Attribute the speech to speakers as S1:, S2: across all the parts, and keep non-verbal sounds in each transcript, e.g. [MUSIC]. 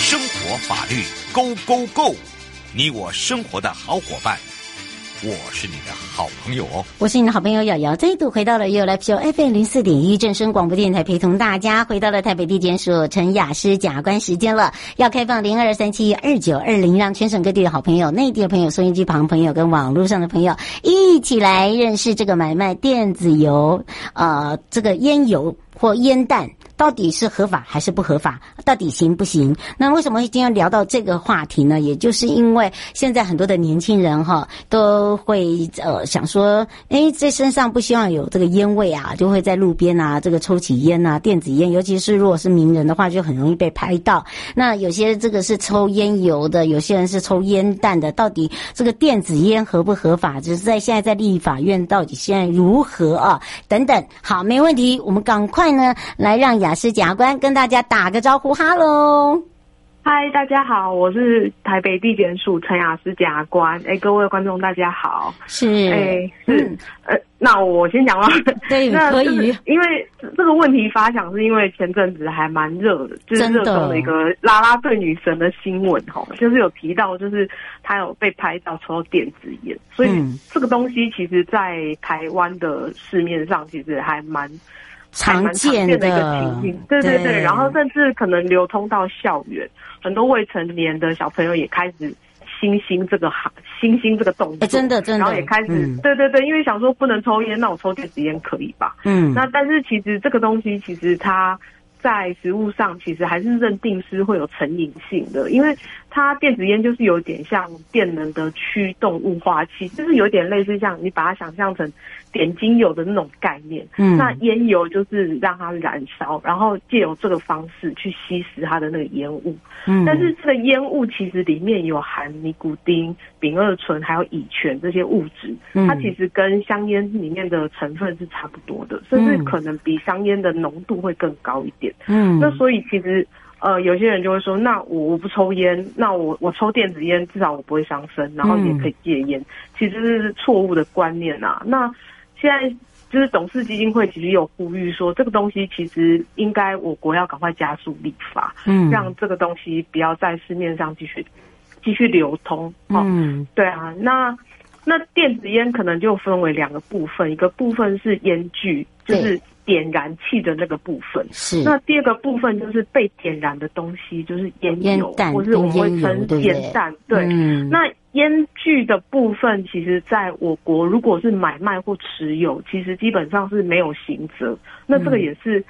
S1: 生活法律 Go Go Go，你我生活的好伙伴，我是你的好朋友哦。
S2: 我是你的好朋友瑶瑶，再度回到了 You Life Show FM 零四点一正声广播电台，陪同大家回到了台北地检署陈雅诗假关时间了，要开放零二三七二九二零，让全省各地的好朋友、内地的朋友、收音机旁朋友跟网络上的朋友一起来认识这个买卖电子油，呃，这个烟油或烟弹。到底是合法还是不合法？到底行不行？那为什么今天聊到这个话题呢？也就是因为现在很多的年轻人哈，都会呃想说，哎，这身上不希望有这个烟味啊，就会在路边啊，这个抽起烟啊，电子烟，尤其是如果是名人的话，就很容易被拍到。那有些这个是抽烟油的，有些人是抽烟弹的，到底这个电子烟合不合法？就是在现在在立法院到底现在如何啊？等等，好，没问题，我们赶快呢来让雅思检察官跟大家打个招呼，哈喽。
S3: 嗨，大家好，我是台北地检署陈雅思检察官。哎、各位观众，大家好。
S2: 是，
S3: 哎、是、
S2: 嗯
S3: 呃，那我先讲吧。
S2: 对
S3: [LAUGHS] 那
S2: 可
S3: 就
S2: 以
S3: 是因为这个问题发想是因为前阵子还蛮热的，就是
S2: 真的
S3: 热衷的一个啦啦队女神的新闻哈，就是有提到，就是她有被拍到抽电子烟，所以
S2: 嗯
S3: 这个东西其实，在台湾的市面上其实还蛮还
S2: 常
S3: 蛮常
S2: 见
S3: 的一个情形，对对对，然后甚至可能流通到校园，很多未成年的小朋友也开始新兴这个行新兴这个动
S2: 哎
S3: 作，
S2: 真的真的
S3: 然后也开始、
S2: 嗯
S3: 对对对，因为想说不能抽烟，那我抽电子烟可以吧？
S2: 嗯，
S3: 那但是其实这个东西其实它。在实物上，其实还是认定是会有成瘾性的，因为它电子烟就是有点像电能的驱动雾化器，就是有点类似像你把它想象成点精油的那种概念。
S2: 嗯
S3: 那烟油就是让它燃烧，然后借由这个方式去吸食它的那个烟雾。
S2: 嗯
S3: 但是这个烟雾其实里面有含尼古丁、丙二醇还有乙醛这些物质，
S2: 嗯
S3: 它其实跟香烟里面的成分是差不多的，甚至
S2: 嗯
S3: 可能比香烟的浓度会更高一点。
S2: 嗯
S3: 那所以其实。呃，有些人就会说，那我我不抽烟，那我我抽电子烟，至少我不会伤身，然后也可以戒烟，其实是错误的观念啊。那现在就是董事基金会其实有呼吁说，这个东西其实应该我国要赶快加速立法，
S2: 嗯
S3: 让这个东西不要在市面上继续继续流通。哦，
S2: 嗯
S3: 对啊，那那电子烟可能就分为两个部分，一个部分是烟具，就
S2: 对
S3: 是点燃器的那个部分。
S2: 是
S3: 那第二个部分就是被点燃的东西，就是烟
S2: 烟
S3: 油，
S2: 弹
S3: 或是我们
S2: 跟烟油对
S3: 会称
S2: 不对
S3: 烟弹。对，
S2: 嗯
S3: 那烟具的部分，其实在我国如果是买卖或持有，其实基本上是没有刑责。那这个也是。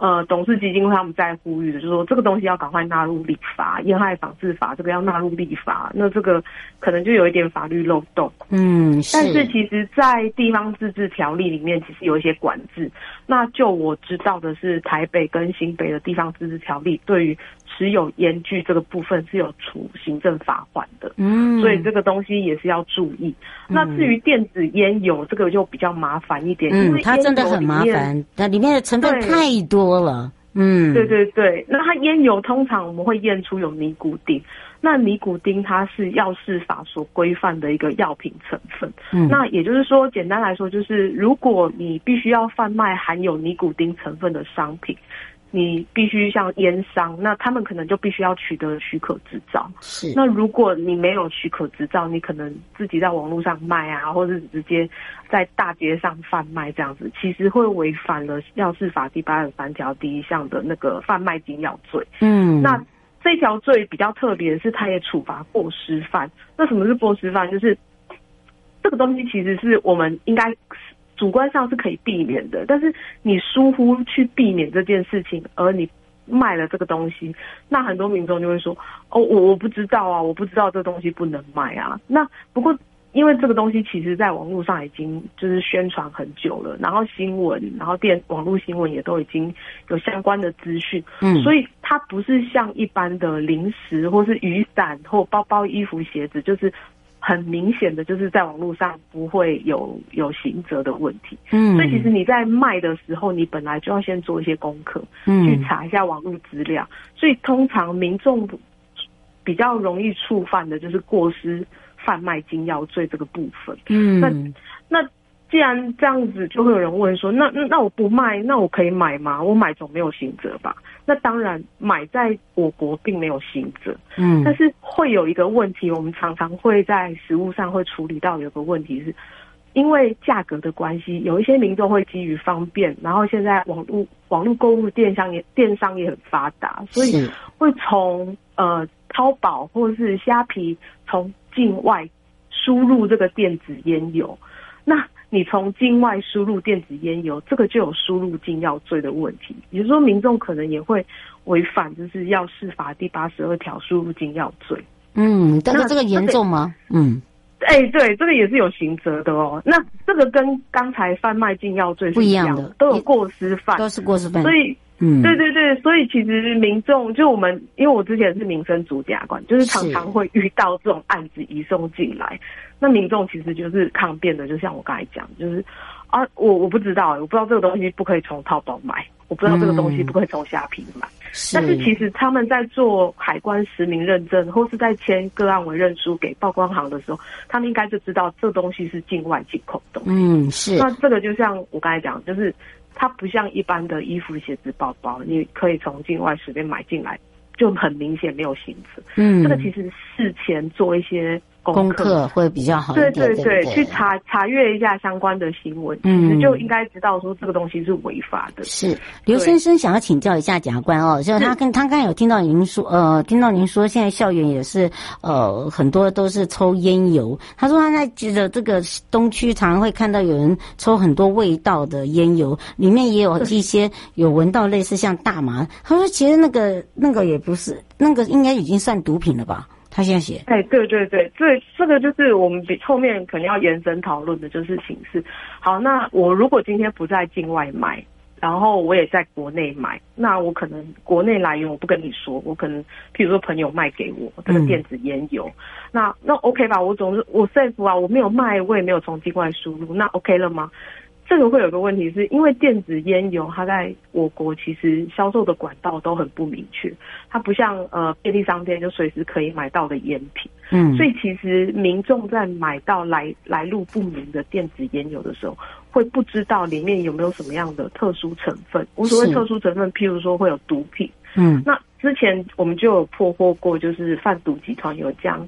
S3: 呃，董事基金会他们在呼吁的，就是说这个东西要赶快纳入立法，烟害防治法这个要纳入立法，那这个可能就有一点法律漏洞。
S2: 嗯是，
S3: 但是其实，在地方自治条例里面，其实有一些管制。那就我知道的是，台北跟新北的地方自治条例对于持有烟具这个部分是有处行政罚款的，
S2: 嗯
S3: 所以这个东西也是要注意。那至于电子烟油，这个就比较麻烦一点，因
S2: 嗯
S3: 为
S2: 它
S3: 烟
S2: 真的
S3: 油
S2: 很
S3: 里
S2: 麻
S3: 面
S2: 烦，那里面的成分
S3: 对
S2: 太多了，嗯
S3: 对对对，那它烟油通常我们会验出有尼古丁，那尼古丁它是药事法所规范的一个药品成分。
S2: 嗯
S3: 那也就是说，简单来说，就是如果你必须要贩卖含有尼古丁成分的商品，你必须像烟商，那他们可能就必须要取得许可执照。
S2: 是
S3: 那如果你没有许可执照，你可能自己在网络上卖啊，或者是直接在大街上贩卖这样子，其实会违反了《药事法》第八十三条第一项的那个贩卖禁药罪。
S2: 嗯
S3: 那这条罪比较特别，是它也处罚过失犯。那什么是过失犯？就是这个东西其实是我们应该主观上是可以避免的，但是你疏忽去避免这件事情，而你卖了这个东西，那很多民众就会说：“哦，我我不知道啊，我不知道这东西不能卖啊。那”不过因为这个东西其实在网络上已经就是宣传很久了，然后新闻，然后电网络新闻也都已经有相关的资讯，
S2: 嗯，
S3: 所
S2: 以
S3: 以它不是像一般的零食或是雨伞或包包、衣服、鞋子，就是很明显的就是在网络上不会有有刑责的问题。
S2: 嗯，
S3: 所以其实你在卖的时候，你本来就要先做一些功课，去
S2: 嗯
S3: 查一下网络资料。所以通常民众比较容易触犯的就是过失贩卖禁药罪这个部分。那
S2: 嗯
S3: 那既然这样子，就会有人问说，那那那我不卖，那我可以买吗？我买总没有刑责吧？那当然，买在我国并没有刑责，
S2: 嗯，
S3: 但是会有一个问题，我们常常会在实物上会处理到有个问题是。因为价格的关系，有一些民众会基于方便，然后现在网络网络购物电商也电商也很发达，所以
S2: 是
S3: 会从呃淘宝或是虾皮从境外输入这个电子烟油，那你从境外输入电子烟油，这个就有输入禁药罪的问题。也就是说，民众可能也会违反就是药事法第八十二条输入禁药罪。
S2: 嗯，但是
S3: 那
S2: 这个严重吗？嗯，
S3: 哎，对，这个也是有刑责的哦。那这个跟刚才贩卖禁药罪是
S2: 不一样
S3: 样
S2: 的
S3: 都有
S2: 一
S3: 过失犯，
S2: 都是过失犯，
S3: 所以
S2: 嗯，
S3: 对对对，所以其实民众就我们，因为我之前是民生主检察官，就是常
S2: 是
S3: 常会遇到这种案子移送进来，那民众其实就是抗辩的，就像我刚才讲，就是啊，我我不知道、我不知道这个东西不可以从淘宝买，我不知道这个东西
S2: 嗯
S3: 不可以从虾皮买，
S2: 是，
S3: 但是其实他们在做海关实名认证或是在签个案委任书给报关行的时候，他们应该就知道这东西是境外进口的。
S2: 嗯是
S3: 那这个就像我刚才讲，就是它不像一般的衣服、鞋子、包包，你可以从境外随便买进来，就很明显没有刑责。
S2: 嗯，
S3: 这个其实事前做一些
S2: 功
S3: 功课，
S2: 课会比较好一
S3: 对
S2: 点，
S3: 对
S2: 对
S3: 对，
S2: 不
S3: 去查查阅一下相关的新闻，其
S2: 嗯
S3: 实就应该知道说这个东西是违法的。
S2: 是刘先生想要请教一下检察官哦，就是他跟他刚才有听到您说，呃，听到您说现在校园也是呃很多都是抽烟油，他说他在记得这个东区常常会看到有人抽很多味道的烟油，里面也有一些有闻到类似像大麻，他说其实那个那个也不是，那个应该已经算毒品了吧？他现在写，
S3: 哎，对对对，这这个就是我们比后面可能要延伸讨论的，就是形式。好，那我如果今天不在境外买，然后我也在国内买，那我可能国内来源我不跟你说，我可能譬如说朋友卖给我这个
S2: 嗯
S3: 电子烟油，那那 OK 吧，我总是我 safe 啊，我没有卖，我也没有从境外输入，那 OK 了吗？这个会有个问题是，因为电子烟油它在我国其实销售的管道都很不明确，它不像呃便利商店就随时可以买到的烟品，
S2: 嗯，
S3: 所以其实民众在买到来来路不明的电子烟油的时候，会不知道里面有没有什么样的特殊成分。无所
S2: 是
S3: 谓特殊成分，譬如说会有毒品。
S2: 嗯
S3: 那之前我们就有破获过，就是贩毒集团有将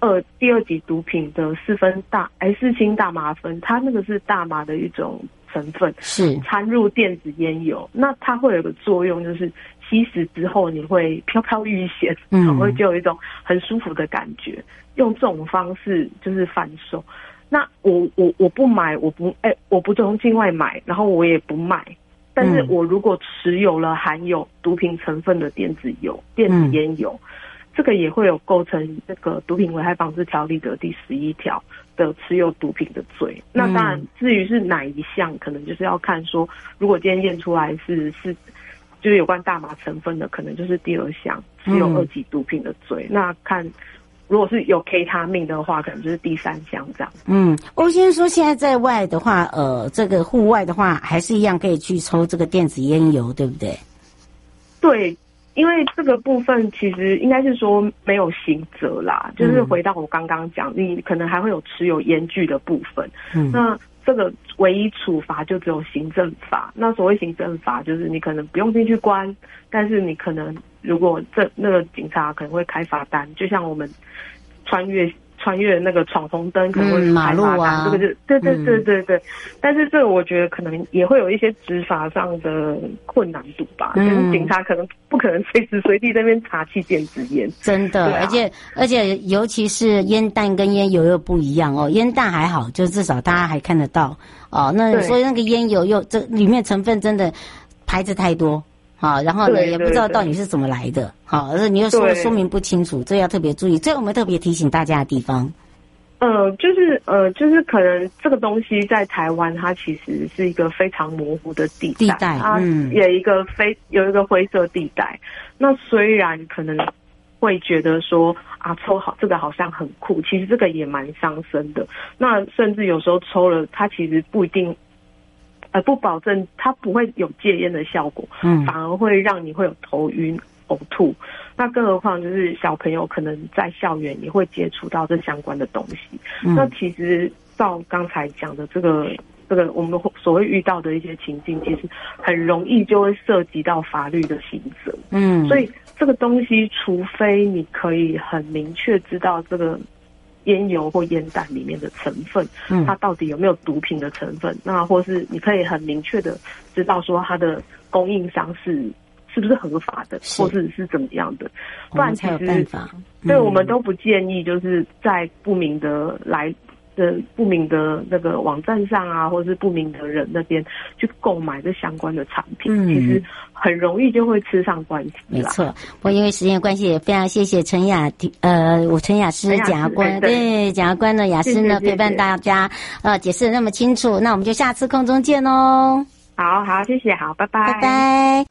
S3: 二第二级毒品的四分大哎四氢大麻酚，它那个是大麻的一种成分，
S2: 是
S3: 掺入电子烟油，那它会有个作用，就是吸食之后你会飘飘欲仙，
S2: 嗯
S3: 然后就有一种很舒服的感觉。用这种方式就是贩售。那我我我不买，我不哎、我不从境外买，然后我也不卖。但是
S2: 嗯
S3: 我如果持有了含有毒品成分的电子油、电子烟油，
S2: 嗯
S3: 这个也会有构成这个毒品危害防治条例的第十一条的持有毒品的罪。那当然
S2: 嗯，
S3: 至于是哪一项，可能就是要看说，如果今天验出来是是就是有关大麻成分的，可能就是第二项持有
S2: 嗯
S3: 二级毒品的罪。那看如果是有 K 他命的话，可能就是第三项这样。
S2: 嗯，欧先生说，现在在外的话，呃，这个户外的话，还是一样可以去抽这个电子烟油，对不对？
S3: 对，因为这个部分其实应该是说没有刑责啦，就是
S2: 嗯
S3: 回到我刚刚讲，你可能还会有持有烟具的部分。
S2: 嗯
S3: 那这个唯一处罚就只有行政法。那所谓行政法，就是你可能不用进去关，但是你可能如果这那个警察可能会开罚单，就像我们穿越。穿越那个闯红灯可能会
S2: 嗯马
S3: 开
S2: 路
S3: 罚单，
S2: 啊
S3: 这个就对对
S2: 嗯
S3: 对对对。但是这个我觉得可能也会有一些执法上的困难度吧，
S2: 嗯
S3: 就是警察可能不可能随时随地在那边查起电子烟。
S2: 真的，
S3: 对啊
S2: 而且而且，尤其是烟弹跟烟油又不一样哦。烟弹还好，就至少大家还看得到哦。那
S3: 对
S2: 所以那个烟油又这里面成分真的牌子太多。啊、然后呢，
S3: 对
S2: 也不知道
S3: 对对
S2: 到底是怎么来哦的，好、而且你又说
S3: 对
S2: 说明不清楚，这要特别注意。这有没有特别提醒大家的地方？
S3: 呃，就是呃，就是可能这个东西在台湾，它其实是一个非常模糊的地带，
S2: 地带
S3: 它
S2: 嗯
S3: 也一个非有一个灰色地带。那虽然可能会觉得说啊，抽好这个好像很酷，其实这个也蛮伤身的。那甚至有时候抽了，它其实不一定，呃，不保证它不会有戒烟的效果，
S2: 嗯
S3: 反而会让你会有头晕、呕吐。那更何况就是小朋友可能在校园也会接触到这相关的东西。那
S2: 嗯
S3: 其实照刚才讲的这个这个我们会所谓遇到的一些情境，其实很容易就会涉及到法律的刑责。
S2: 嗯，
S3: 所以这个东西，除非你可以很明确知道这个烟油或烟弹里面的成分，
S2: 嗯
S3: 它到底有没有毒品的成分，那或是你可以很明确的知道说它的供应商是是不是合法的，
S2: 是
S3: 或是是怎么样的，
S2: 嗯我
S3: 不
S2: 们
S3: 然其
S2: 才有办
S3: 实
S2: 法。
S3: 对
S2: 嗯
S3: 我们都不建议就是在不明的来。的不明的那个网站上啊，或者是不明的人那边去购买这相关的产品，
S2: 嗯
S3: 其实很容易就会吃上官司
S2: 没
S3: 啦。
S2: 错，我因为时间关系，也非常谢谢陈雅婷，呃，我陈雅诗
S3: 陈雅诗
S2: 检察官，
S3: 哎对
S2: 对检察官呢，雅诗
S3: 谢
S2: 呢
S3: 谢
S2: 陪伴
S3: 谢谢
S2: 大家，呃，解释的那么清楚，那我们就下次空中见哦，
S3: 好好，谢谢，好，拜拜，
S2: 拜拜。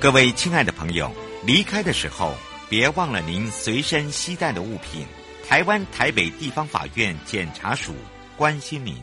S1: 各位亲爱的朋友，离开的时候别忘了您随身携带的物品。台湾台北地方法院检察署关心您。